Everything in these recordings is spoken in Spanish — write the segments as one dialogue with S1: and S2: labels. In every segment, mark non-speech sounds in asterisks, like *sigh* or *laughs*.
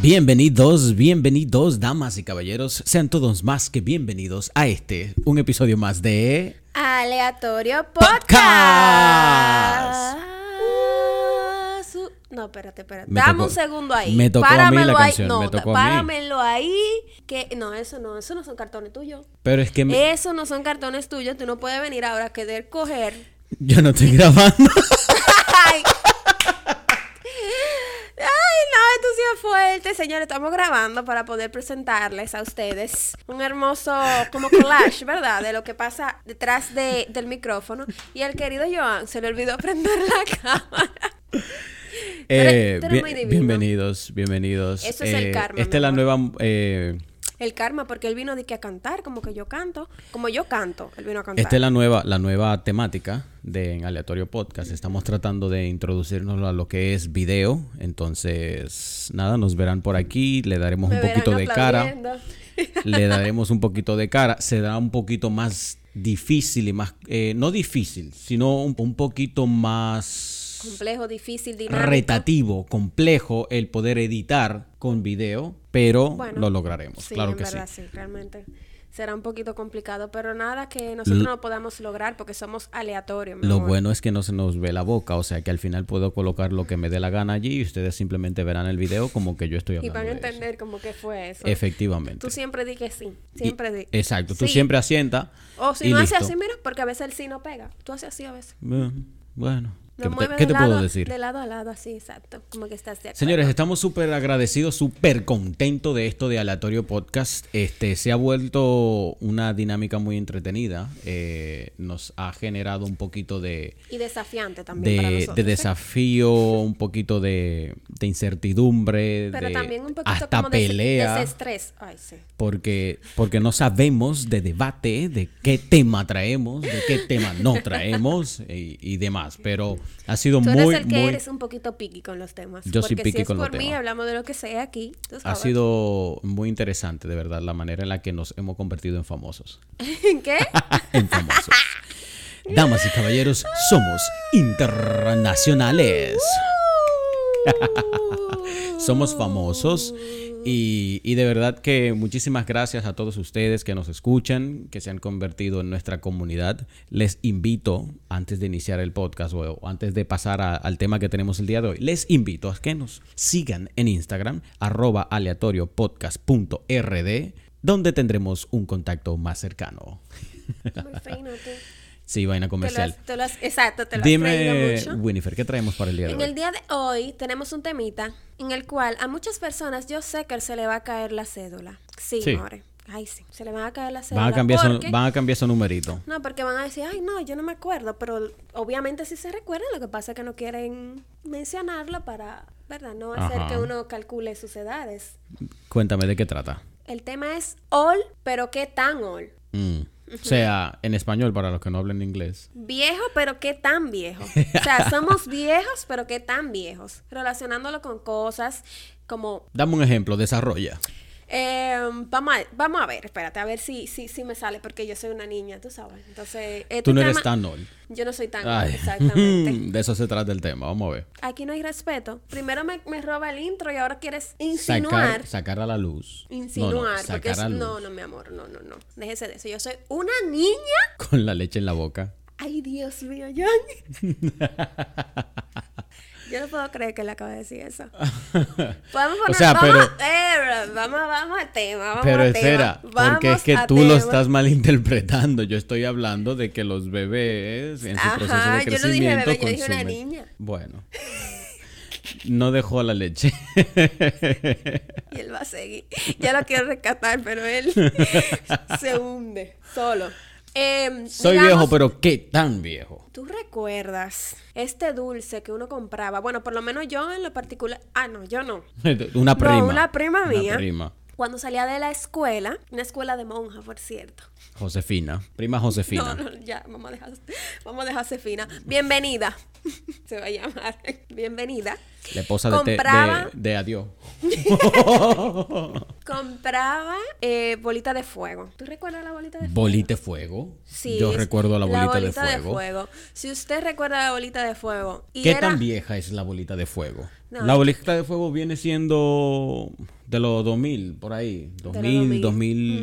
S1: Bienvenidos, bienvenidos, damas y caballeros. Sean todos más que bienvenidos a este, un episodio más de
S2: Aleatorio Podcast. Ah, su- No, espérate, espérate.
S1: Me
S2: Dame
S1: tocó-
S2: un segundo ahí.
S1: me tocó a mí la
S2: Páramelo ahí.
S1: canción,
S2: No,
S1: me tocó a mí.
S2: páramelo ahí. Que... No, eso no, eso no son cartones tuyos.
S1: Pero es que me-
S2: Eso no son cartones tuyos. Tú no puedes venir ahora a querer coger.
S1: yo no estoy
S2: *laughs*
S1: grabando.
S2: Ay. Ay, no, esto sí es fuerte, señores. Estamos grabando para poder presentarles a ustedes un hermoso como collage, ¿verdad? De lo que pasa detrás de- del micrófono. Y al querido Joan se le olvidó prender la cámara.
S1: Eh,
S2: tú eres
S1: bien-
S2: muy divino.
S1: bienvenidos, bienvenidos.
S2: Eso es el
S1: Eh,
S2: karma,
S1: Esta
S2: mi
S1: es la
S2: amor.
S1: nueva. eh,
S2: El karma, porque él vino de que a cantar, como que yo canto, como yo canto, él vino a cantar.
S1: esta es Este la nueva, la nueva temática de en Aleatorio Podcast. Estamos tratando de introducirnos a lo que es video. Entonces, nada, nos verán por aquí, le daremos
S2: Me
S1: un
S2: verán
S1: poquito de cara.
S2: aplaudiendo.
S1: le daremos un poquito de cara. Será un poquito más difícil y más, eh, no difícil, sino un, un poquito más
S2: Complejo, difícil, dinámico.
S1: retativo, complejo el poder editar con video, pero
S2: Bueno,
S1: lo lograremos,
S2: Sí,
S1: Pues claro
S2: en
S1: que
S2: verdad,
S1: sí.
S2: sí. realmente será un poquito complicado, pero nada que nosotros
S1: L-
S2: no podamos lograr porque somos aleatorios. mi
S1: Lo
S2: amor.
S1: bueno es que no se nos ve la boca, o sea que al final puedo colocar lo que me dé la gana allí y ustedes simplemente verán el video como que yo estoy
S2: Y
S1: hablando.
S2: van a
S1: de eso.
S2: entender como que fue eso.
S1: Efectivamente.
S2: Tú siempre di que sí,
S1: Y-
S2: siempre di.
S1: Exacto, tú
S2: Sí.
S1: siempre asienta.
S2: O si
S1: y
S2: no haces
S1: listo.
S2: así, mira, porque a veces el sí no pega. Tú haces así a veces.
S1: Eh, Bueno,
S2: Lo
S1: ¿qué te-
S2: mueves
S1: ¿qué
S2: de
S1: te puedo
S2: lado-
S1: decir?
S2: De lado a lado, así, exacto. Como que estás de acuerdo.
S1: Señores, estamos súper agradecidos, súper contentos de esto de Aleatorio Podcast. Este se ha vuelto una dinámica muy entretenida. Eh, nos ha generado un poquito de,
S2: Y desafiante también para
S1: de,
S2: nosotros.
S1: de
S2: ¿eh?
S1: desafío, un poquito de, de incertidumbre,
S2: Pero
S1: de
S2: también un poquito
S1: hasta
S2: como de
S1: pelea.
S2: desestrés. Ay, sí.
S1: porque, porque no sabemos de debate, de qué tema traemos, de qué tema no traemos y, y demás. Pero ha sido
S2: Tú
S1: muy,
S2: eres el que
S1: muy...
S2: eres un poquito piqui con los temas.
S1: Yo soy
S2: porque
S1: piqui
S2: si es
S1: con los
S2: por mí,
S1: temas.
S2: hablamos de lo que sea aquí. tú
S1: Ha
S2: sabes.
S1: sido muy interesante, de verdad, la manera en la que nos hemos convertido en famosos.
S2: ¿Qué?
S1: en famosos. Damas y caballeros, somos internacionales. *laughs* Somos famosos y, y de verdad que muchísimas gracias a todos ustedes que nos escuchan, que se han convertido en nuestra comunidad. Les invito, antes de iniciar el podcast o o antes de pasar a- al tema que tenemos el día de hoy, les invito a que nos sigan en Instagram, arroba aleatoriopodcast.rd, donde tendremos un contacto más cercano.
S2: Muy fino, tú.
S1: Sí, vaina
S2: Te lo
S1: comercial.
S2: has- te lo has- exacto, te lo has
S1: Dime,
S2: creído mucho.
S1: Winifred, ¿qué traemos para el día de
S2: En
S1: hoy?
S2: el día de hoy tenemos un temita en el cual a muchas personas yo sé que se le va a caer la cédula. Sí,
S1: Sí.
S2: more. Ay, sí. Se le van a caer la cédula.
S1: Van a, cambiar su,
S2: porque-
S1: van a cambiar su numerito.
S2: No, porque van a decir, ay, no, yo no me acuerdo. Pero obviamente sí se recuerdan. Lo que pasa es que no quieren mencionarlo para, ¿verdad? No hacer
S1: Ajá.
S2: que uno calcule sus edades.
S1: Cuéntame de qué trata.
S2: El tema es all, pero qué tan all.
S1: Mm. O sea, en español, para los que no hablen inglés.
S2: Viejo, pero qué tan viejo.
S1: *laughs*
S2: O sea, somos viejos, pero qué tan viejos. Relacionándolo con cosas como
S1: Dame un ejemplo, desarrolla.
S2: Eh, vamos, a, vamos a ver, espérate, a ver si, si, si me sale, porque yo soy una niña, tú sabes. Entonces, este
S1: Tú no eres
S2: tema-
S1: tan old.
S2: Yo no soy tan,
S1: Ay. *laughs*
S2: exactamente.
S1: De eso se trata el tema, vamos a ver.
S2: Aquí no hay respeto. Primero me, me roba el intro y ahora quieres insinuar.
S1: Sacar, sacar a la luz. No, no,
S2: Insinuar, porque
S1: sacar
S2: es-
S1: a luz
S2: no, no, mi amor, no, no, no. Déjese de eso. Yo soy una niña.
S1: Con la leche en la boca.
S2: Ay, Dios mío, yo.
S1: *laughs*
S2: yo no puedo creer que le acabo de decir eso. Podemos poner.
S1: O sea,
S2: *laughs* vamos,
S1: pero-
S2: a- eh, vamos, vamos al tema. Vamos
S1: Pero
S2: al tema,
S1: espera, porque es
S2: vamos
S1: que
S2: al
S1: tú lo
S2: tema.
S1: estás malinterpretando. Yo estoy hablando de que los bebés en su
S2: Ajá,
S1: proceso de
S2: yo no dije
S1: crecimiento
S2: bebé, yo dije una
S1: consumen-
S2: niña. *laughs*
S1: Bueno. No dejó la leche. *laughs*
S2: Y él va a seguir. Ya lo quiero rescatar,
S1: *laughs*
S2: pero él se hunde solo. Em,
S1: Soy
S2: digamos,
S1: viejo, pero ¿qué tan viejo?
S2: ¿Tú recuerdas este dulce que uno compraba? Bueno, por lo menos yo en lo particular. Ah, no, yo no.
S1: *laughs* Una
S2: No,
S1: prima.
S2: una prima mía.
S1: Una prima.
S2: cuando salía de la escuela, una escuela de monjas, por cierto.
S1: Josefina, prima Josefina.
S2: No, no, ya, vamos a dejar, vamos a dejarse fina. Bienvenida, *laughs* se va a llamar. Bienvenida.
S1: La esposa de, te-
S2: Compraba-
S1: de, de Adiós.
S2: Compraba eh, bolita de fuego. ¿Tú recuerdas la bolita de fuego?
S1: Bolita de fuego.
S2: Sí,
S1: Yo
S2: es-
S1: recuerdo la bolita, de fuego.
S2: Si usted recuerda la bolita de fuego. Y
S1: ¿Qué
S2: era-
S1: tan vieja es la bolita de fuego?
S2: No.
S1: La bolita de fuego viene siendo de los 2000, por ahí. 2000,
S2: 2000.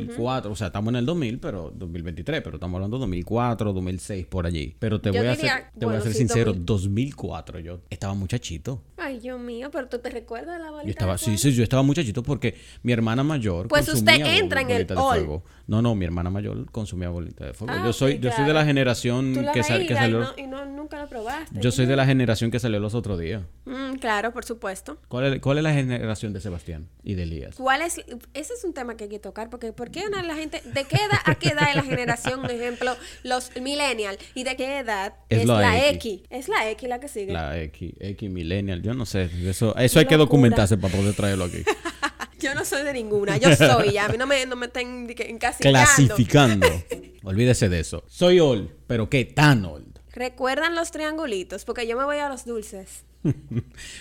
S1: 2004. O sea, estamos en el 2000, pero 2023, pero estamos hablando de 2004, 2006, por allí. Pero te
S2: Yo
S1: voy a
S2: diría,
S1: ser, te voy a
S2: bueno,
S1: ser
S2: sí,
S1: sincero,
S2: 2000.
S1: 2004 yo estaba muchachito.
S2: Ay, Dios mío, pero tú te recuerdas de la bolita
S1: Yo estaba,
S2: de
S1: sí,
S2: fuego.
S1: sí, yo estaba muchachito porque mi hermana mayor
S2: Pues usted
S1: consumía
S2: entra en el
S1: bolita de
S2: hall.
S1: fuego. No, no, mi hermana mayor consumía bolita de fuego.
S2: Ah,
S1: yo soy,
S2: ok,
S1: yo soy de la
S2: claro.
S1: generación
S2: Tú la
S1: que, sal- que
S2: veías y,
S1: salió.
S2: no, y no- nunca la probaste.
S1: Yo soy de la generación que salió los otros días.
S2: Mm, claro, por supuesto.
S1: ¿Cuál es, cuál es la generación de Sebastián y de Elías?
S2: ¿Cuál es? Ese es un tema que hay que tocar, porque ¿por qué una, la gente, de qué edad a qué edad es la generación, por ejemplo, los millennial? ¿Y de qué edad
S1: Es
S2: es,
S1: la
S2: la,
S1: X.
S2: X. Es la X la que sigue.
S1: La X, X Millennial, yo no sé. Eso, eso hay que
S2: Locura.
S1: documentarse para poder traerlo
S2: *laughs*
S1: aquí.
S2: *laughs* Yo no soy de ninguna, yo soy, ya, a mí no me, no me estén dique- encasillando.
S1: Clasificando. Olvídese de eso. Soy old, pero ¿qué tan old?
S2: ¿Recuerdan los triangulitos? Porque yo me voy a los dulces.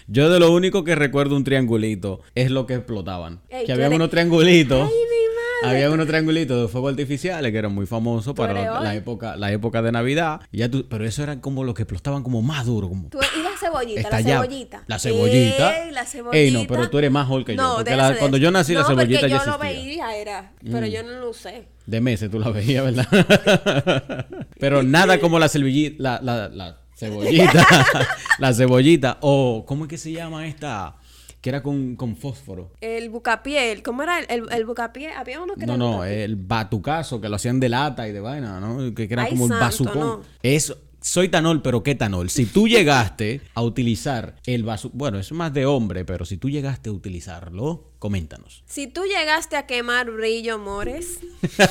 S1: Yo de lo único que recuerdo un triangulito es lo que explotaban.
S2: Ey,
S1: que
S2: tú
S1: había
S2: eres-
S1: unos triangulitos.
S2: Ay, mi madre.
S1: Había unos triangulitos de fuego artificiales que eran muy famosos para
S2: eres
S1: la,
S2: old.
S1: época, la época de Navidad. Y ya tú- pero eso eran como los que explotaban como más duro, como
S2: Tú, y la cebollita,
S1: Está
S2: la
S1: ya.
S2: cebollita.
S1: La cebollita.
S2: Ey, la cebollita.
S1: Ey, no, pero tú eres más joven que yo, porque la-
S2: déjase de-
S1: cuando yo nací, la
S2: No, porque
S1: cebollita ya
S2: yo lo
S1: existía. Mm.
S2: veía, era, pero yo no lo usé.
S1: de meses, tú la veías, ¿verdad? *laughs* pero nada como la cebollita, la, la- la cebollita, *laughs* la cebollita, o ¿cómo es que se llama esta? Que era con, con fósforo.
S2: El bucapiel, ¿cómo era el, el, el bucapié? Había uno que
S1: No,
S2: era
S1: no,
S2: bucapié.
S1: el batucazo, que lo hacían de lata y de vaina, ¿no? Que, que era
S2: Ay,
S1: como un
S2: santo,
S1: bazucón.
S2: no.
S1: Eso. Soy tanol, pero qué tanol. Si tú llegaste a utilizar el bazu... Bueno, es más de hombre, pero si tú llegaste a utilizarlo, coméntanos.
S2: Si tú llegaste a quemar brillo, Mores,
S1: Este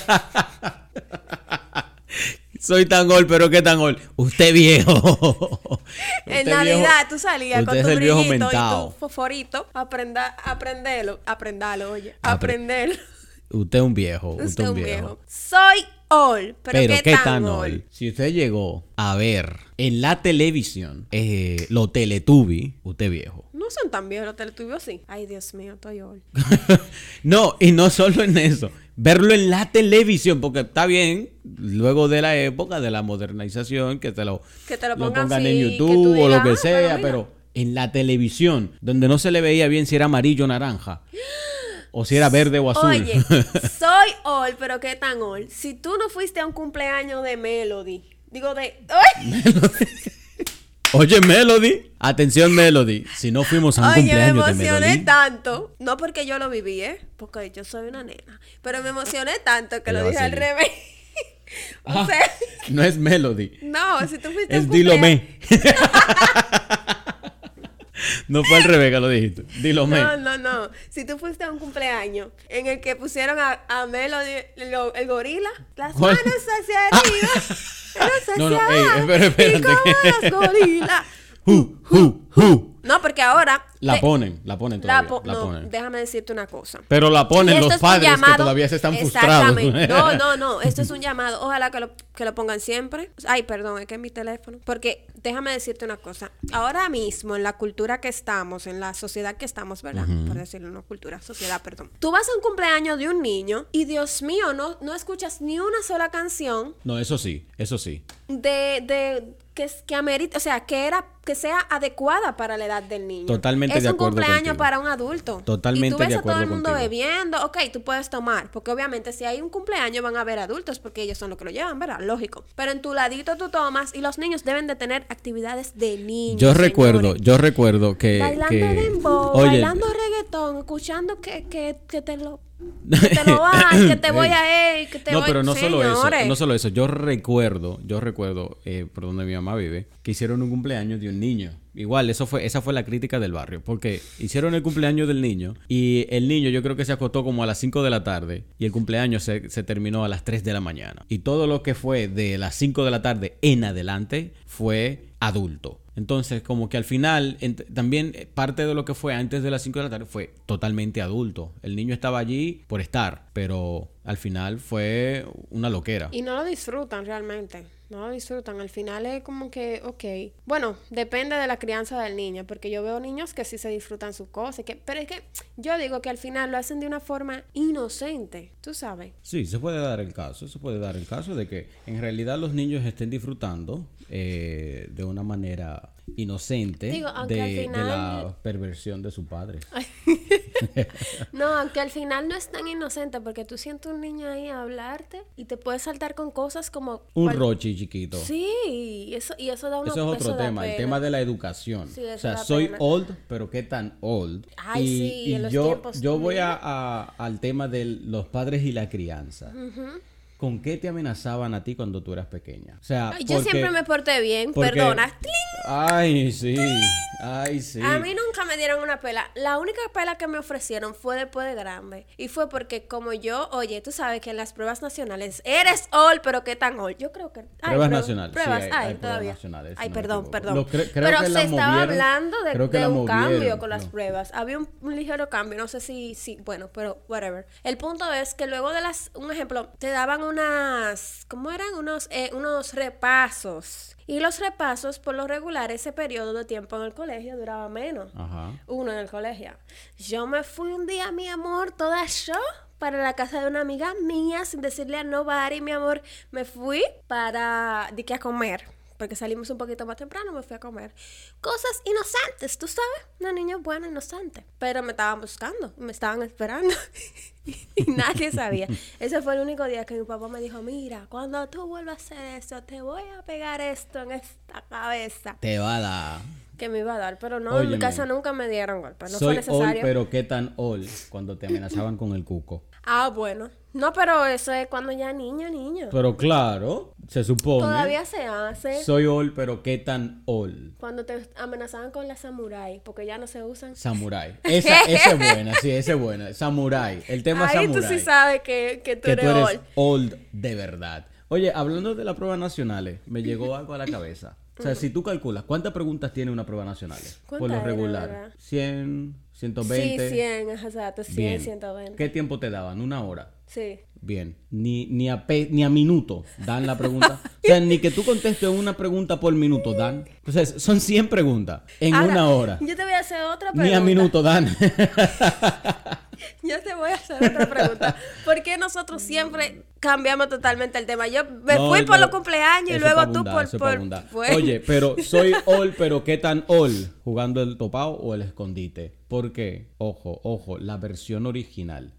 S1: Soy tan gol, pero qué tan gol. Usted viejo.
S2: *laughs* en
S1: Usted
S2: Navidad
S1: viejo.
S2: tú salías
S1: Usted
S2: con
S1: es
S2: tu
S1: el viejo
S2: brillito
S1: mentao.
S2: y tu fosforito, aprenda, aprendelo, aprendalo, oye,
S1: Apre-
S2: aprendelo.
S1: *laughs* Usted es un viejo. Usted,
S2: Usted
S1: es
S2: un viejo. Soy all, pero,
S1: Pero,
S2: qué,
S1: qué
S2: tan,
S1: tan
S2: all.
S1: old. Si usted llegó a ver en la televisión eh, lo Teletubby, usted viejo.
S2: No son tan viejos los teletubbies, sí. Ay, Dios mío, estoy all.
S1: *laughs* no, y no solo en eso. Verlo en la televisión, porque está bien, luego de la época, de la modernización, que te lo,
S2: Que te lo pongan
S1: en
S2: así, que tú
S1: YouTube o lo
S2: digas,
S1: que
S2: "Ah,
S1: sea,
S2: bueno, mira".
S1: pero en la televisión, donde no se le veía bien si era amarillo o naranja, o si era verde o azul. *laughs*
S2: Oye, soy all, pero qué tan all. Si tú no fuiste a un cumpleaños de Melody, digo de. ¡Ay!
S1: Oye, Melody, atención Melody, si no fuimos a un
S2: Oye, me
S1: cumpleaños de
S2: emocioné
S1: Melody,
S2: tanto. No porque yo lo viví, ¿eh? Porque yo soy una nena. Pero me emocioné tanto que
S1: Ella va
S2: lo
S1: a
S2: dije al
S1: seguir. *laughs*
S2: revés.
S1: *laughs*
S2: o *laughs*
S1: Ah,
S2: sea,
S1: no es Melody,
S2: no, si tú fuiste a un
S1: es
S2: cumpleaños. *laughs*
S1: Dilomé. *laughs* no fue al revés que lo dijiste, Dilomé.
S2: No, no, no. Si tú fuiste a un cumpleaños en el que pusieron a, a Melody, lo- el gorila, las
S1: ¿Cuál?
S2: manos hacia
S1: Ah. *laughs*
S2: arriba, manos hacia
S1: No, no, ey,
S2: abajo,
S1: espera, espérate
S2: y como
S1: que-
S2: los gorilas.
S1: Ju, ju, ju.
S2: No, porque ahora...
S1: La
S2: te-
S1: ponen, la ponen todavía,
S2: la
S1: la,
S2: po- no,
S1: ponen.
S2: déjame decirte una cosa.
S1: Pero la ponen
S2: Y esto
S1: los
S2: es un
S1: padres que
S2: llamado-
S1: todavía se están frustrados.
S2: Exactamente.
S1: *laughs*
S2: No, no, no. Esto es un llamado. Ojalá que lo, que lo pongan siempre. Ay, perdón, es que es mi teléfono. Porque déjame decirte una cosa. Ahora mismo, en la cultura que estamos, en la sociedad que estamos, ¿verdad? Por decirlo, no cultura, sociedad, perdón. Tú vas a un cumpleaños de un niño y, Dios mío, no, no escuchas ni una sola canción
S1: No, eso sí, eso sí.
S2: de. de que, es- que amerita, o sea, que era que sea adecuada para la edad del niño.
S1: Totalmente
S2: es
S1: de acuerdo
S2: un cumpleaños
S1: contigo.
S2: para un adulto.
S1: Totalmente
S2: Y tú ves
S1: de
S2: a todo el
S1: acuerdo
S2: mundo
S1: contigo.
S2: bebiendo, ok, tú puedes tomar, porque obviamente si hay un cumpleaños van a haber adultos, porque ellos son los que lo llevan, ¿verdad? Lógico. Pero en tu ladito tú tomas y los niños deben de tener actividades de niños.
S1: Yo
S2: señores.
S1: recuerdo, yo recuerdo que.
S2: Bailando
S1: que-
S2: dembow,
S1: Oye,
S2: bailando reggaetón, escuchando que, que, que te lo... Que te
S1: *laughs*
S2: lo vas, que te voy a ir, que te
S1: no,
S2: voy
S1: pero no solo eso,
S2: Señores.
S1: no solo eso. Yo recuerdo, yo recuerdo eh, por donde mi mamá vive, que hicieron un cumpleaños de un niño. Igual, eso fue, esa fue la crítica del barrio, porque hicieron el cumpleaños del niño y el niño yo creo que se acostó como a las 5 de la tarde y el cumpleaños se, se terminó a las 3 de la mañana. Y todo lo que fue de las 5 de la tarde en adelante fue adulto. Entonces, como que al final, ent- también eh, parte de lo que fue antes de las 5 de la tarde fue totalmente adulto. El niño estaba allí por estar, pero al final fue una loquera.
S2: Y no lo disfrutan realmente. No lo disfrutan. Al final es como que, ok. Bueno, depende de la crianza del niño. Porque yo veo niños que sí se disfrutan sus cosas. y Que, pero es que yo digo que al final lo hacen de una forma inocente. Tú sabes. *laughs*
S1: Sí, se puede dar el caso, se puede dar el caso de que en realidad los niños estén disfrutando eh, de una manera inocente
S2: Digo, aunque
S1: de,
S2: al
S1: de
S2: final-
S1: la perversión de su padre.
S2: No, aunque al final no es tan inocente. Porque tú sientes un niño ahí a hablarte. Y te puedes saltar con cosas como.
S1: Un
S2: cual-
S1: rochi chiquito.
S2: Sí. Y eso, y eso da una
S1: Eso es otro
S2: eso da
S1: tema, el
S2: pena.
S1: tema de la educación.
S2: Sí, eso
S1: o sea,
S2: da
S1: soy
S2: pena.
S1: old, pero qué tan old.
S2: Ay,
S1: y
S2: sí,
S1: y
S2: en los
S1: yo,
S2: tiempos,
S1: yo voy a,
S2: mira.
S1: a- al tema de los padres y la crianza. ¿Con qué te amenazaban a ti cuando tú eras pequeña? O sea,
S2: Ay, Yo
S1: porque-
S2: siempre me porté bien.
S1: porque-
S2: Perdona. ¡Tling!
S1: Ay, sí. Ay, sí.
S2: A mí nunca me dieron una pela. La única pela que me ofrecieron fue después de grande. Y fue porque como yo, oye, tú sabes que en las pruebas nacionales eres all, pero qué tan all. Yo creo que... ay,
S1: Pruebas
S2: prue-
S1: nacionales. sí,
S2: Pruebas,
S1: hay-
S2: ay,
S1: hay pruebas
S2: todavía.
S1: nacionales,
S2: ay,
S1: si no me
S2: perdón,
S1: equivoco.
S2: perdón.
S1: Lo cre- creo
S2: pero
S1: que
S2: se
S1: la
S2: estaba
S1: movieron-
S2: hablando de,
S1: creo que
S2: de
S1: la
S2: un cambio
S1: movieron,
S2: con las
S1: no.
S2: pruebas. Había un, un ligero cambio, no sé si, si, bueno, pero whatever. El punto es que luego de las, un ejemplo, te daban unas, ¿cómo eran? Unos, eh, unos repasos. Y los repasos, por lo regular, ese periodo de tiempo en el colegio duraba menos.
S1: Ajá.
S2: Uno en el colegio. Yo me fui un día, mi amor, toda yo, para la casa de una amiga mía, sin decirle a nobody, mi amor. Me fui para, de que a comer, porque salimos un poquito más temprano, me fui a comer. Cosas inocentes, tú sabes, una niña buena, inocente. Pero me estaban buscando, me estaban esperando. *laughs* y nadie sabía. Ese fue el único día que mi papá me dijo, mira, cuando tú vuelvas a hacer eso, te voy a pegar esto en esta cabeza
S1: Te va a dar.
S2: que me iba a dar, pero no, en mi
S1: Óyeme.
S2: casa nunca me dieron golpes, no
S1: Soy
S2: fue
S1: old,
S2: necesario.
S1: pero qué tan old cuando te amenazaban con el cuco.
S2: Ah, bueno. No, pero eso es cuando ya niño, niño.
S1: Pero claro, se supone.
S2: Todavía se hace
S1: Soy old, pero qué tan old.
S2: cuando te amenazaban con la samurai, porque ya no se usan.
S1: Samurai.
S2: *laughs*
S1: Esa, esa es buena, sí, esa es buena. Samurai. El tema
S2: Ahí
S1: samurai.
S2: tú sí sabes que, que tú
S1: que
S2: eres
S1: tú eres
S2: old.
S1: old de verdad. Oye, hablando de las pruebas nacionales, me llegó algo a la cabeza. O sea, si tú calculas, ¿cuántas preguntas tiene una prueba nacional? Por
S2: ¿Cuántas
S1: lo
S2: era,
S1: regular.
S2: verdad?
S1: 100, 120.
S2: Sí, 100, exacto, 100,
S1: Bien.
S2: 120.
S1: ¿Qué tiempo te daban? Una hora.
S2: Sí.
S1: Bien, ni, ni, a pe- ni a minuto dan la pregunta. O sea, ni que tú contestes una pregunta por minuto dan. Entonces, son 100 preguntas en
S2: Ahora,
S1: una hora.
S2: Yo te voy a hacer otra pregunta.
S1: Ni a minuto dan.
S2: *laughs* Yo te voy a hacer otra pregunta. ¿Por qué nosotros siempre cambiamos totalmente el tema? Yo me
S1: No,
S2: fui por
S1: no.
S2: los cumpleaños y
S1: Eso
S2: luego
S1: pa'
S2: tú
S1: abundar,
S2: por...
S1: eso pa'
S2: por
S1: abundar.
S2: pues- *laughs*
S1: Oye, pero soy all, pero ¿qué tan all? Jugando el topao o el escondite. Porque, ojo, ojo, la versión original.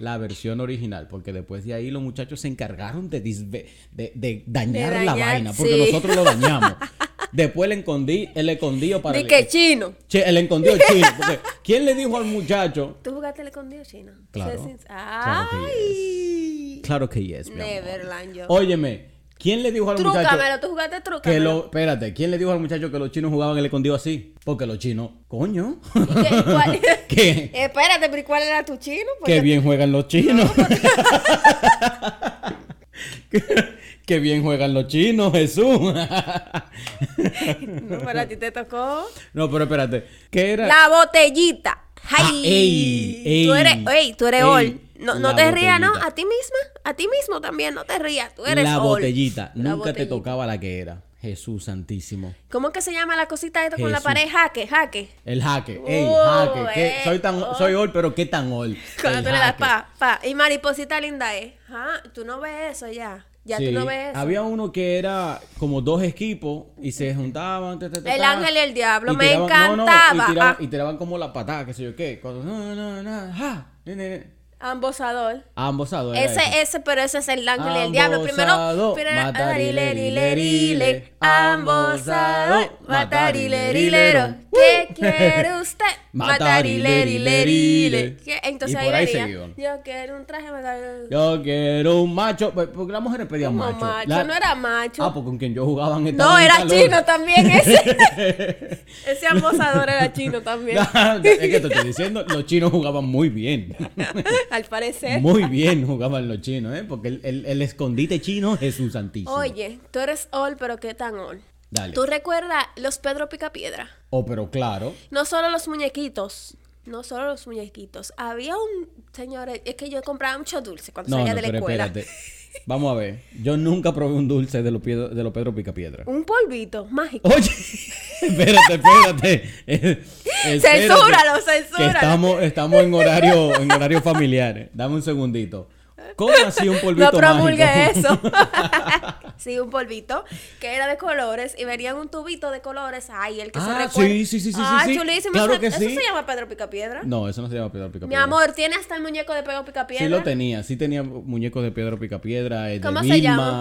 S1: La versión original, porque después de ahí los muchachos se encargaron de, disve- de, de dañar, la
S2: dañar,
S1: vaina, porque
S2: sí.
S1: nosotros lo
S2: *laughs*
S1: dañamos. Después el escondí, el escondido para
S2: Di
S1: el-
S2: que chino.
S1: Che, el escondido
S2: *laughs*
S1: chino. porque ¿Quién le dijo al muchacho?
S2: ¿Tú jugaste el escondido chino?
S1: Claro.
S2: Sé sin-
S1: Claro que
S2: ¡Ay!
S1: Claro que yes, mi amor.
S2: Neverland yo.
S1: Óyeme, ¿quién le dijo al muchacho?
S2: Trúcamelo, tú jugaste
S1: Que
S2: trúcamelo.
S1: lo, espérate, ¿quién le dijo al muchacho que los chinos jugaban el escondido así? Porque los chinos, coño,
S2: ¿Y *laughs* qué? ¿Cuál?
S1: *laughs* que,
S2: Espérate, pero ¿y ¿cuál era tu chino?
S1: que bien juegan los
S2: *laughs*
S1: chinos. *laughs* que, que bien juegan los chinos, Jesús. *laughs*
S2: No, pero a ti te tocó.
S1: no, pero espérate, ¿qué era?
S2: La botellita. ¡Ay!
S1: Ah, ey, ey,
S2: tú eres, ey, tú eres
S1: ey,
S2: all. No, no
S1: la
S2: te rías, ¿no?
S1: botellita.
S2: A ti misma, a ti mismo también, no te rías. Tú eres
S1: La
S2: all.
S1: botellita,
S2: La
S1: nunca te
S2: botellita.
S1: tocaba la que era. Jesús santísimo.
S2: ¿Cómo que se llama la cosita esta con la
S1: Jesús.
S2: pared? Jaque, jaque.
S1: El jaque, ey,
S2: Uh,
S1: jaque, ¿qué?
S2: eh,
S1: soy tan,
S2: oh.
S1: soy old, pero qué tan old.
S2: Cuando
S1: El
S2: tú le das
S1: jaque.
S2: pa, pa. Y mariposita linda es. Ah, tú no ves eso ya. Ya tú
S1: Sí,
S2: no ves eso.
S1: Había uno que era como dos equipos y se juntaban. ta, ta, ta,
S2: El
S1: ta,
S2: ángel y el diablo, me
S1: tiraban- no, no,
S2: encantaba.
S1: y, tiraban,
S2: Ah.
S1: y tiraban como la patada, qué sé yo qué. Cuando, no, no, no, ja, ne, ne, ne.
S2: Ambosador.
S1: Ambosado era
S2: Ese, ese, pero ese es el ángel y el diablo. Primero,
S1: Ambosado,
S2: primero,
S1: matarile,
S2: arilerile,
S1: lilerile,
S2: ambosado,
S1: ambosado,
S2: matarile, rilero.
S1: matarilerilero.
S2: ¿Qué
S1: Uh. *laughs*
S2: quiere usted? Matarile, rilerile.
S1: Matarilerilerile.
S2: ¿Qué? Entonces
S1: Y
S2: ahí
S1: por ahí
S2: haría,
S1: seguían.
S2: yo quiero un traje, matarile.
S1: Yo quiero un macho. pues, Porque las mujeres pedían
S2: Como
S1: macho.
S2: macho,
S1: La-
S2: no era macho.
S1: Ah, porque con quien yo jugaba en
S2: No,
S1: *laughs*
S2: era chino también ese. ese ambosador era
S1: *laughs*
S2: chino también.
S1: es que te estoy diciendo, los chinos jugaban muy bien.
S2: *laughs* Al parecer.
S1: Muy bien jugaban los chinos, ¿eh? Porque el, el- el escondite chino, Jesús Santísimo.
S2: Oye, tú eres all, pero ¿qué tan all?
S1: Dale.
S2: ¿Tú recuerdas los Pedro Picapiedra?
S1: Oh, pero claro.
S2: No solo los muñequitos. No solo los muñequitos. Había un. Señores, es que yo compraba mucho dulce cuando
S1: No,
S2: salía
S1: no,
S2: de la
S1: pero
S2: escuela.
S1: espérate. Vamos a ver. Yo nunca probé un dulce de los pie- de los Pedro Picapiedra.
S2: Un polvito mágico.
S1: Oye, *laughs* espérate, espérate. *laughs* Eh, espérate,
S2: Censúralo,
S1: que
S2: censúralo.
S1: estamos, estamos en horario, en horario familiar. Dame un segundito. ¿Cómo así un polvito
S2: No promulgue
S1: mágico?
S2: eso. sí, un polvito que era de colores y venía en un tubito de colores. Ay, el que se
S1: Ah,
S2: recuerda.
S1: sí, sí, sí, sí,
S2: Ah,
S1: sí, sí.
S2: chulísimo.
S1: Claro
S2: eso,
S1: que
S2: eso
S1: sí.
S2: se llama Pedro Picapiedra.
S1: *laughs* No, eso no se llama Pedro Picapiedra.
S2: Mi amor, tiene hasta el muñeco de Pedro Picapiedra.
S1: Sí lo tenía, sí tenía muñecos de Pedro Picapiedra, eh, de
S2: ¿Cómo se
S1: Vilma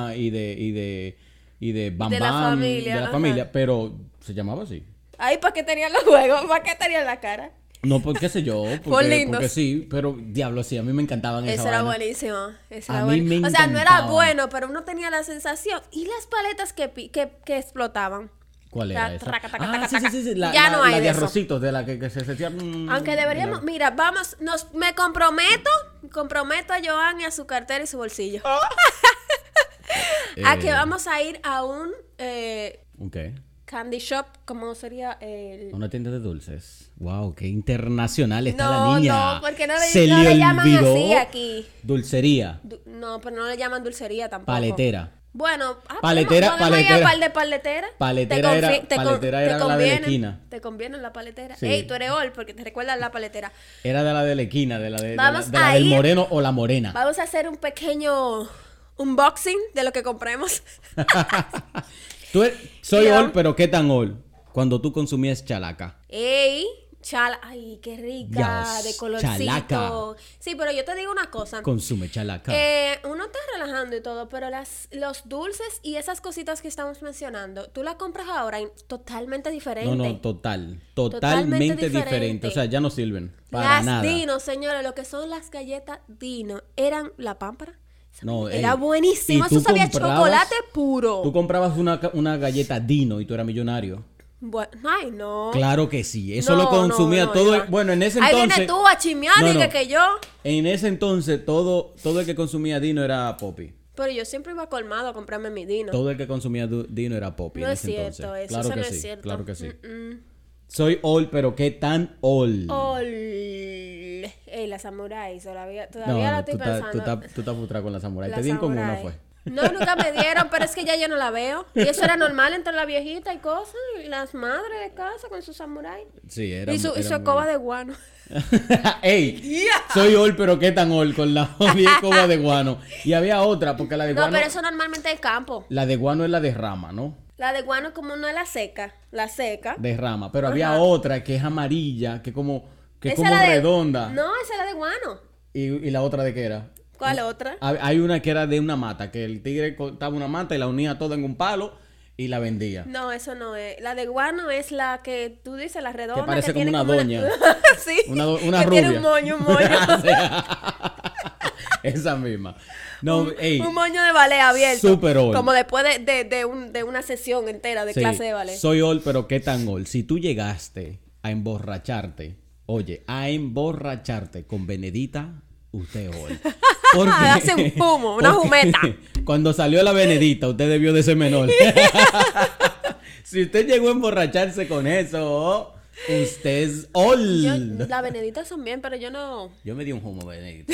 S2: llama?
S1: y de y de y de Bam
S2: De la
S1: Bam,
S2: familia,
S1: de la
S2: ajá.
S1: familia, pero se llamaba así.
S2: Ay, ¿para qué tenían los juegos? ¿Para qué tenían la cara?
S1: No, porque qué sé
S2: *laughs*
S1: yo,
S2: Por
S1: porque,
S2: lindos.
S1: porque sí, pero diablo, sí, a mí me encantaban esa
S2: Eso era
S1: vaina.
S2: buenísimo. Eso
S1: A
S2: era
S1: mí
S2: bueno.
S1: me
S2: o sea, no era
S1: encantaba.
S2: bueno, pero uno tenía la sensación. Y las paletas que, pi- que, que explotaban.
S1: ¿Cuál
S2: La
S1: era esa?
S2: traca, taca,
S1: ah,
S2: taca,
S1: sí, sí,
S2: taca.
S1: sí, sí, la,
S2: Ya
S1: la-
S2: no hay
S1: la de
S2: de eso.
S1: arrocitos, de la que, que se sentía... mm,
S2: Aunque deberíamos,
S1: de
S2: mira, vamos, nos, me comprometo, comprometo a Joan y a su cartera y su bolsillo.
S1: la-
S2: A
S1: eh,
S2: que vamos *laughs* a ir a un eh,
S1: ¿Un qué?
S2: candy shop, como sería el...
S1: Una tienda de dulces. Wow, qué internacional está
S2: No,
S1: la niña.
S2: no, porque no le-
S1: Se
S2: no le llaman así
S1: olvidó
S2: aquí.
S1: Dulcería,
S2: du- No, pero no le llaman dulcería tampoco.
S1: paletera.
S2: Bueno, ah,
S1: Paletera,
S2: podemos- podemos ir a
S1: paletera.
S2: par de paletera.
S1: Paletera
S2: Te
S1: era-
S2: confi- te con-
S1: paletera
S2: te
S1: era la de la
S2: conviene-
S1: esquina.
S2: Te conviene la paletera.
S1: Sí.
S2: Ey, tú eres all porque te recuerdas la paletera.
S1: Era de la de la esquina, de la, de, de la-
S2: Vamos
S1: de la
S2: a
S1: del
S2: ir.
S1: moreno o la morena.
S2: Vamos a hacer un pequeño unboxing de lo que compremos. *laughs*
S1: Tú eres- soy
S2: Yo-
S1: ol, pero ¿qué tan ol? Cuando tú consumías chalaca.
S2: Ey, chala, ay, qué rica,
S1: Dios,
S2: de colorcito.
S1: chalaca.
S2: Sí, pero yo te digo una cosa.
S1: Consume chalaca.
S2: Ah. Eh, uno está relajando y todo, pero las, los dulces y esas cositas que estamos mencionando, tú las compras ahora y totalmente diferente.
S1: no, no, total. Totalmente,
S2: Totalmente
S1: diferente.
S2: diferente.
S1: O sea, ya no sirven. Para
S2: las
S1: nada.
S2: Dino, señores, lo que son las galletas Dino, eran la pámpara. Esa
S1: No,
S2: vaina era
S1: ey,
S2: buenísimo,
S1: y tú
S2: eso sabía a
S1: comprabas-
S2: chocolate puro.
S1: Tú comprabas una, ca- una galleta Dino y tú eras millonario.
S2: Bueno, ay, no.
S1: Claro que sí. Eso
S2: No,
S1: lo consumía
S2: no, no,
S1: todo. el-
S2: Iván.
S1: bueno, en ese
S2: Ahí
S1: entonces.
S2: viene tú a chismear
S1: No,
S2: y que,
S1: no.
S2: que yo.
S1: En ese entonces, todo, todo el que consumía Dino era Poppy.
S2: Pero yo siempre iba colmado a comprarme mi Dino.
S1: Todo el que consumía du- Dino era Poppy.
S2: No
S1: en
S2: es
S1: ese
S2: cierto
S1: entonces.
S2: eso,
S1: Claro
S2: eso
S1: que
S2: no
S1: sí,
S2: es cierto.
S1: Claro que sí. Soy all, pero ¿qué tan all?
S2: Ol. Ey, la samurai, todavía,
S1: No,
S2: todavía la
S1: no,
S2: estoy
S1: tú estás tú
S2: pensando.
S1: estás- tú estás frustrada con la samurai.
S2: La
S1: Te di en con una
S2: Samurai.
S1: fue.
S2: No, nunca me dieron, pero es que ya yo no la veo. Y eso era normal entre la viejita y cosas, y las madres de casa con su samurai.
S1: Sí, era.
S2: y su,
S1: era
S2: y su
S1: muy-
S2: escoba de guano.
S1: *laughs* ¡Ey! Soy all, pero ¿qué tan all? Con la *laughs* jodida escoba de guano. Y había otra, porque la de
S2: No,
S1: guano.
S2: pero eso normalmente es campo.
S1: La de guano es la de rama, ¿no?
S2: La de guano como no es la seca, la seca.
S1: de rama, pero había otra que es amarilla, que como que
S2: Esa
S1: como
S2: es la de-
S1: redonda.
S2: No, esa es la de guano.
S1: Y, y la otra de qué era?
S2: ¿Cuál otra?
S1: Ha- Hay una que era de una mata, que el tigre cortaba una mata y la unía toda en un palo y la vendía.
S2: No, eso no es. La de guano es la que tú dices, la redonda.
S1: Que parece como
S2: tiene
S1: una doña.
S2: *laughs* sí.
S1: Una, do- una
S2: *laughs* que
S1: rubia.
S2: Tiene un moño,
S1: *laughs*
S2: un moño.
S1: Esa misma. No, ey.
S2: *laughs* un moño de ballet abierto.
S1: Super old.
S2: Como después de, de, de un- de una sesión entera de
S1: sí,
S2: clase de ballet.
S1: Soy all, pero qué tan all. Si tú llegaste a emborracharte, oye, a emborracharte con Benedita, usted es
S2: *laughs*
S1: all. Porque-
S2: Hace un fumo, una
S1: porque
S2: jumeta.
S1: *laughs* Cuando salió la Benedita, usted debió de ser menor. *laughs* si usted llegó a emborracharse con eso, usted es all.
S2: Yo,
S1: Yo,
S2: la Benedita son bien, pero yo no.
S1: me di un humo, Benedita.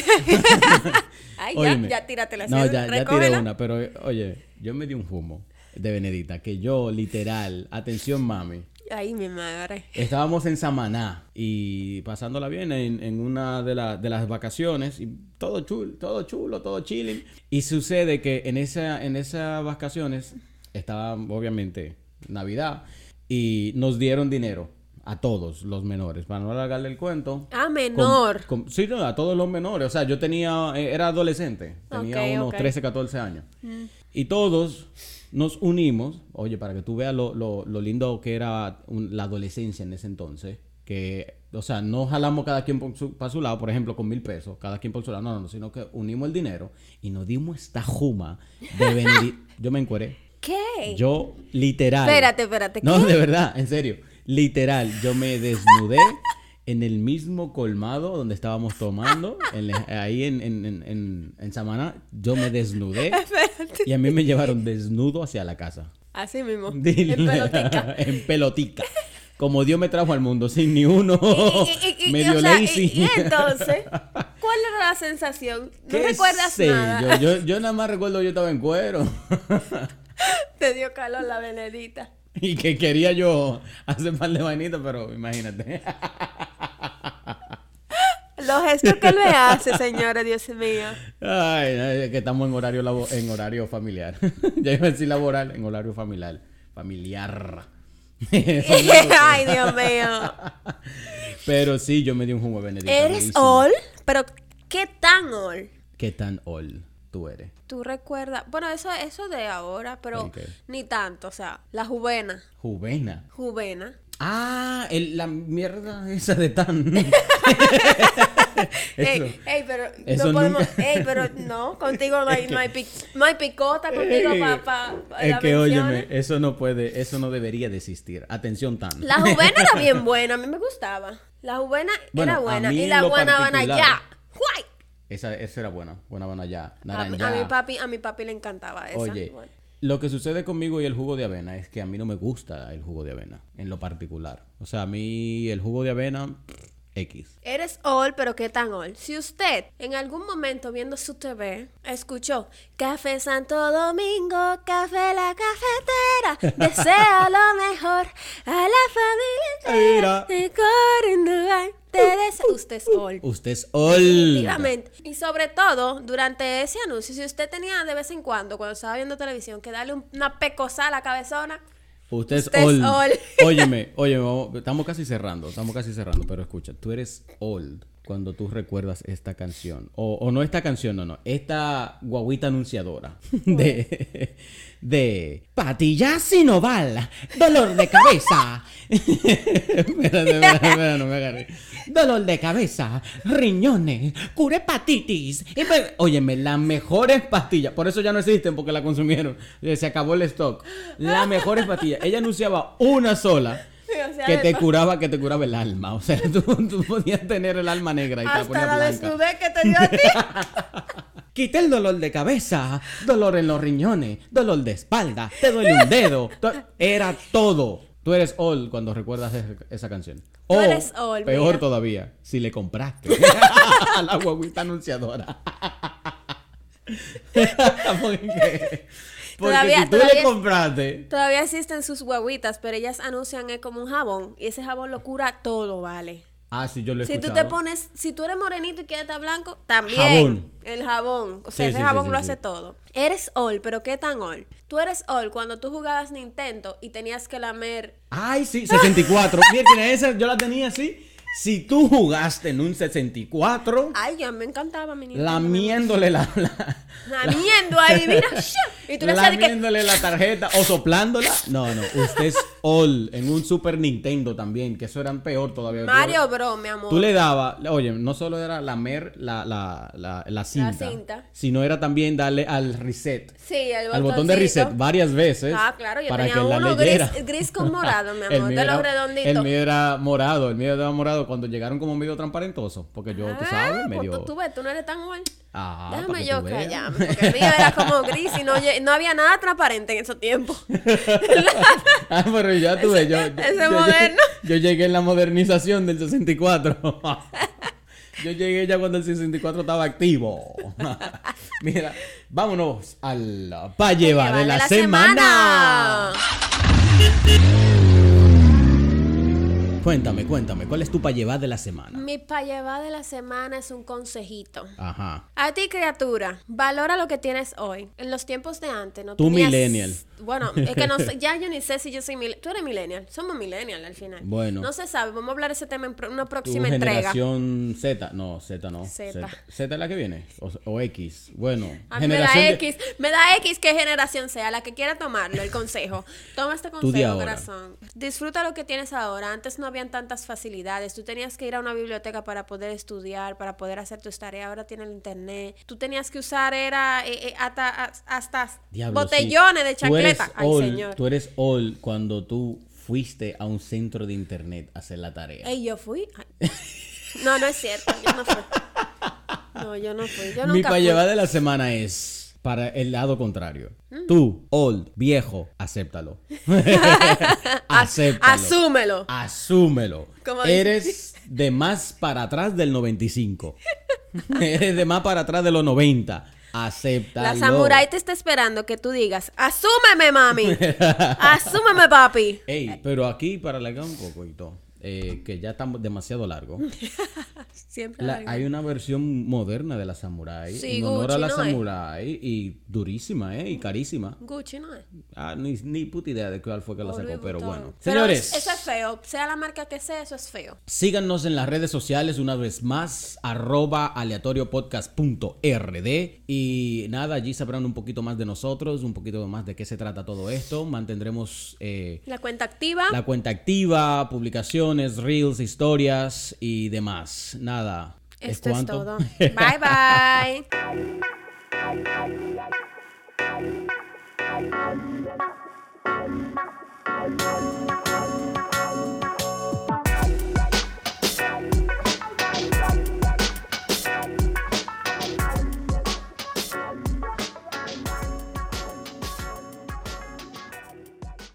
S2: *laughs* Ay,
S1: Óyeme.
S2: ya, ya tíratela.
S1: No,
S2: sí,
S1: ya, ya tiré
S2: recógela.
S1: una, pero eh, oye, yo me di un humo de Benedita, que yo literal, atención mami,
S2: Ay, mi madre.
S1: Estábamos en Samaná y pasándola bien en, en una de, la- de las vacaciones y todo chulo, todo chulo, todo chilling. Y sucede que en, esa, en esas vacaciones estaba obviamente Navidad y nos dieron dinero a todos los menores, para no alargarle el cuento.
S2: Ah,
S1: Con-
S2: menor.
S1: con- sí, no, a todos los menores. O sea, yo tenía, eh, era adolescente, tenía
S2: Ok,
S1: unos
S2: ok. Mm.
S1: 13, 14 años. Y todos nos unimos, oye, para que tú veas lo, lo- lo lindo que era un- la adolescencia en ese entonces, que, o sea, no jalamos cada quien por su, para su lado, por ejemplo, con mil pesos, cada quien por su lado, no, no, no, sino que unimos el dinero y nos dimos esta juma
S2: *laughs*
S1: de Benedi- Yo me encueré.
S2: ¿Qué? *laughs*
S1: Yo, literal.
S2: Espérate, espérate,
S1: No, de verdad, en serio. Literal, yo me desnudé en el mismo colmado donde estábamos tomando, en la- ahí en, en, en, en, en Samaná. Yo me desnudé. Y a mí me llevaron desnudo hacia la casa.
S2: Así mismo.
S1: Dile. *laughs*
S2: En pelotica.
S1: en pelotica. Como Dios me trajo al mundo, sin ni uno.
S2: Y- y- y- y-
S1: medio
S2: o sea, y-
S1: lazy. *laughs*
S2: y eh, entonces, ¿cuál era la sensación? No
S1: ¿Qué
S2: recuerdas
S1: sé
S2: nada.
S1: Yo, yo, yo nada más recuerdo yo estaba en cuero.
S2: *laughs*
S1: *laughs*
S2: Te dio calor la Benedita.
S1: y que quería yo hacer par de vainitas, pero imagínate.
S2: Los gestos que él me hace, señores,
S1: *laughs*
S2: Dios mío.
S1: Ay, ay, que estamos en horario labo- en horario familiar. *laughs* ya iba a decir laboral, en horario familiar. Familiar. *laughs*
S2: Ay, Dios mío.
S1: pero sí, yo me di un jugo benedicto.
S2: Eres
S1: buenísimo.
S2: all, pero ¿qué tan all?
S1: ¿Qué tan old tú eres?
S2: Tú recuerdas, bueno, eso eso de ahora, pero
S1: Ok.
S2: ni tanto, o sea, la juvena,
S1: Juvena.
S2: juvena.
S1: Ah, el- la mierda esa de tan. *laughs* Eso.
S2: Ey, ey, pero
S1: Eso
S2: no podemos,
S1: nunca.
S2: ey, pero
S1: *laughs*
S2: no, contigo no hay, no hay, pic- no hay picota contigo
S1: Eh,
S2: para pa, pa-
S1: es
S2: la
S1: que
S2: menciones.
S1: óyeme, eso no puede, eso no debería de existir. Atención tan.
S2: La juvena era bien buena, a mí me gustaba. La juvena
S1: Bueno, a
S2: era buena
S1: mí
S2: y
S1: en
S2: la
S1: lo
S2: buena van
S1: particular-
S2: allá. ¡Guay!
S1: *laughs* Esa, esa era buena, buena buena ya,
S2: A, mi-
S1: naranja.
S2: a mi papi, a mi papi le encantaba esa.
S1: Oye,
S2: Bueno.
S1: lo que sucede conmigo y el jugo de avena es que a mí no me gusta el jugo de avena en lo particular. O sea, a mí el jugo de avena X.
S2: Eres all, pero qué tan all. Si usted en algún momento viendo su TV escuchó Café Santo Domingo, Café la
S1: *laughs*
S2: Cafetera, desea lo mejor a la familia entera.
S1: Mira. Uh,
S2: de Corinduay, Te desea. Usted es all.
S1: Usted es old.
S2: Definitivamente. Y sobre todo, durante ese anuncio, si usted tenía de vez en cuando, cuando estaba viendo televisión, que darle un- una pecosada a la cabezona,
S1: Usted es
S2: Usted es
S1: old.
S2: *laughs* old.
S1: óyeme, óyeme, vamos- estamos casi cerrando, estamos casi cerrando, pero escucha, tú eres old cuando tú recuerdas esta canción. O, o no esta canción, no, no, esta guaguita
S2: *laughs*
S1: anunciadora de... De patilla sinoval, dolor de cabeza. espérate, espérate, espérate, no me agarré. Dolor de cabeza, riñones, cura hepatitis. Y me- Óyeme, las mejores pastillas. Por eso ya no existen porque la consumieron. Eh, Se acabó el stock. Las mejores pastillas. Ella anunciaba una sola.
S2: O sea,
S1: que
S2: de
S1: te
S2: pa-
S1: curaba, que te curaba el alma. O sea, *laughs* tú, tú podías tener el alma negra y te la
S2: hasta
S1: ponía
S2: la
S1: blanca.
S2: desnudez que te dio a ti.
S1: Quita el dolor de cabeza, dolor en los riñones, dolor de espalda, te duele un dedo. To- Era todo. Tú eres all cuando recuerdas es- esa canción.
S2: Tú
S1: O,
S2: eres all,
S1: Peor
S2: mira.
S1: todavía, si le
S2: *laughs*
S1: compraste a la guaguita anunciadora. Porque, porque
S2: Todavía-
S1: si tú
S2: todavía-
S1: le compraste.
S2: Todavía existen sus guaguitas, pero ellas anuncian es como un jabón y ese jabón lo cura todo, vale.
S1: Ah, sí, yo lo he
S2: Si tú
S1: escuchado.
S2: te pones, si tú eres morenito y quieres estar blanco, también
S1: Jabón.
S2: el jabón, o sea,
S1: Sí,
S2: ese
S1: sí, sí,
S2: jabón
S1: sí,
S2: lo
S1: sí.
S2: hace todo. Eres all, pero qué tan all. Tú eres all cuando tú jugabas Nintendo y tenías que lamer
S1: Ay, sí,
S2: *laughs*
S1: 64. Mira, esa yo la tenía así. Si tú jugaste en un 64,
S2: Ay, ya me encantaba mi Nintendo. me-
S1: lamiéndole la- la,
S2: Lamiendo ahí, mira. *laughs* shoo. Y tú le hacías de que
S1: Lamiéndole la tarjeta o soplándola. No, no, usted es all en un Super Nintendo también, que eso eran peor todavía.
S2: Mario Bro, mi amor.
S1: Tú le dabas, oye, no solo era lamer la, la, la, la cinta,
S2: cinta.
S1: sino era también darle al reset.
S2: Sí,
S1: Al
S2: el
S1: botón de
S2: botoncito.
S1: reset varias veces.
S2: Ah, claro, yo
S1: para
S2: tenía
S1: que la
S2: uno
S1: leyera.
S2: gris- gris con morado, mi
S1: *laughs* El
S2: amor,
S1: mío
S2: de los
S1: era-
S2: redonditos.
S1: El mío era morado, el mío era morado cuando llegaron como medio transparentosos. Porque yo, tú sabes,
S2: Ah, pues
S1: medio.
S2: tú, tú ves, tú no eres tan mal.
S1: Ah, para
S2: Déjame
S1: que
S2: yo
S1: tú veas.
S2: callarme, porque el mío era
S1: *laughs*
S2: como gris y no, lle- no había nada transparente en esos tiempos.
S1: *laughs* Ah, pero ya tuve, yo, yo,
S2: ese
S1: yo llegué-
S2: moderno.
S1: yo llegué en la modernización del
S2: *laughs*
S1: 64. yo llegué ya cuando el 64 estaba activo. *laughs* Mira, vámonos al Pa' llevar de la, semana. Cuéntame, cuéntame, ¿cuál es tu Pa' llevar de la semana?
S2: Mi pa' llevar de la semana es un consejito.
S1: Ajá.
S2: A ti, criatura, valora lo que tienes hoy. En los tiempos de antes, no
S1: Tú
S2: tenías-
S1: millennial.
S2: Bueno, es que no
S1: *laughs*
S2: sé- ya yo ni sé si yo soy millennial. Tú eres millennial, somos millennial al final.
S1: Bueno.
S2: No se sabe, vamos a hablar de ese tema en pro- una
S1: Tu
S2: próxima Pues entrega.
S1: generación Z, no, Z no.
S2: Z.
S1: Z. Z es la que viene, o, o X. Bueno,
S2: A mí me da
S1: de-
S2: X, me da X qué generación sea, la que quiera tomarlo, el consejo. Toma este
S1: Tú de
S2: consejo,
S1: ahora.
S2: corazón. Disfruta lo que tienes ahora. Antes no habían tantas facilidades. Tú tenías que ir a una biblioteca para poder estudiar, para poder hacer tus tareas. Ahora tiene el internet. Tú tenías que usar, era eh, eh, hasta, as- hasta
S1: Diablo, sí.
S2: botellones de
S1: Tú eres
S2: chancleta. Ay,
S1: all-
S2: señor.
S1: Tú eres all cuando tú fuiste a un centro de internet a hacer la tarea.
S2: Ey, yo fui. Ay.
S1: *laughs*
S2: No, no es cierto. Yo no fui. No, yo no fui. Yo
S1: Mi
S2: nunca
S1: pa'
S2: fui.
S1: llevar de la semana es para el lado contrario.
S2: Mm.
S1: Tú, old, viejo,
S2: *laughs*
S1: acéptalo. acéptalo.
S2: Asúmelo.
S1: Asúmelo.
S2: Como dice-
S1: Eres de más para atrás del 95. Eres de más para atrás de los 90. Acéptalo.
S2: La samurái te está esperando que tú digas, asúmeme,
S1: *laughs*
S2: mami. asúmeme, papi.
S1: Ey, pero aquí para alargar un poco y todo, eh, que ya estamos demasiado largo.
S2: Siempre.
S1: La-
S2: la-
S1: hay una versión moderna de la Samurai
S2: Sí,
S1: en honor a
S2: Gucci,
S1: la
S2: ¿no es?
S1: Samurai y durísima, ¿eh? Y carísima.
S2: Gucci, ¿no es?
S1: Ah, ni, ni puta idea de cuál fue que la
S2: O Louis
S1: sacó, pero
S2: Vuitton.
S1: bueno.
S2: Pero
S1: Señores,
S2: Eso es feo. Sea la marca que sea, eso es feo.
S1: síganos en las redes sociales una vez más, arroba aleatoriopodcast.rd y nada, allí sabrán un poquito más de nosotros, un poquito más de qué se trata todo esto. Mantendremos... eh,
S2: La cuenta activa.
S1: La cuenta activa, publicaciones, reels, historias y demás. Nada. *laughs*
S2: Esto es
S1: cuanto.
S2: todo. Bye, bye.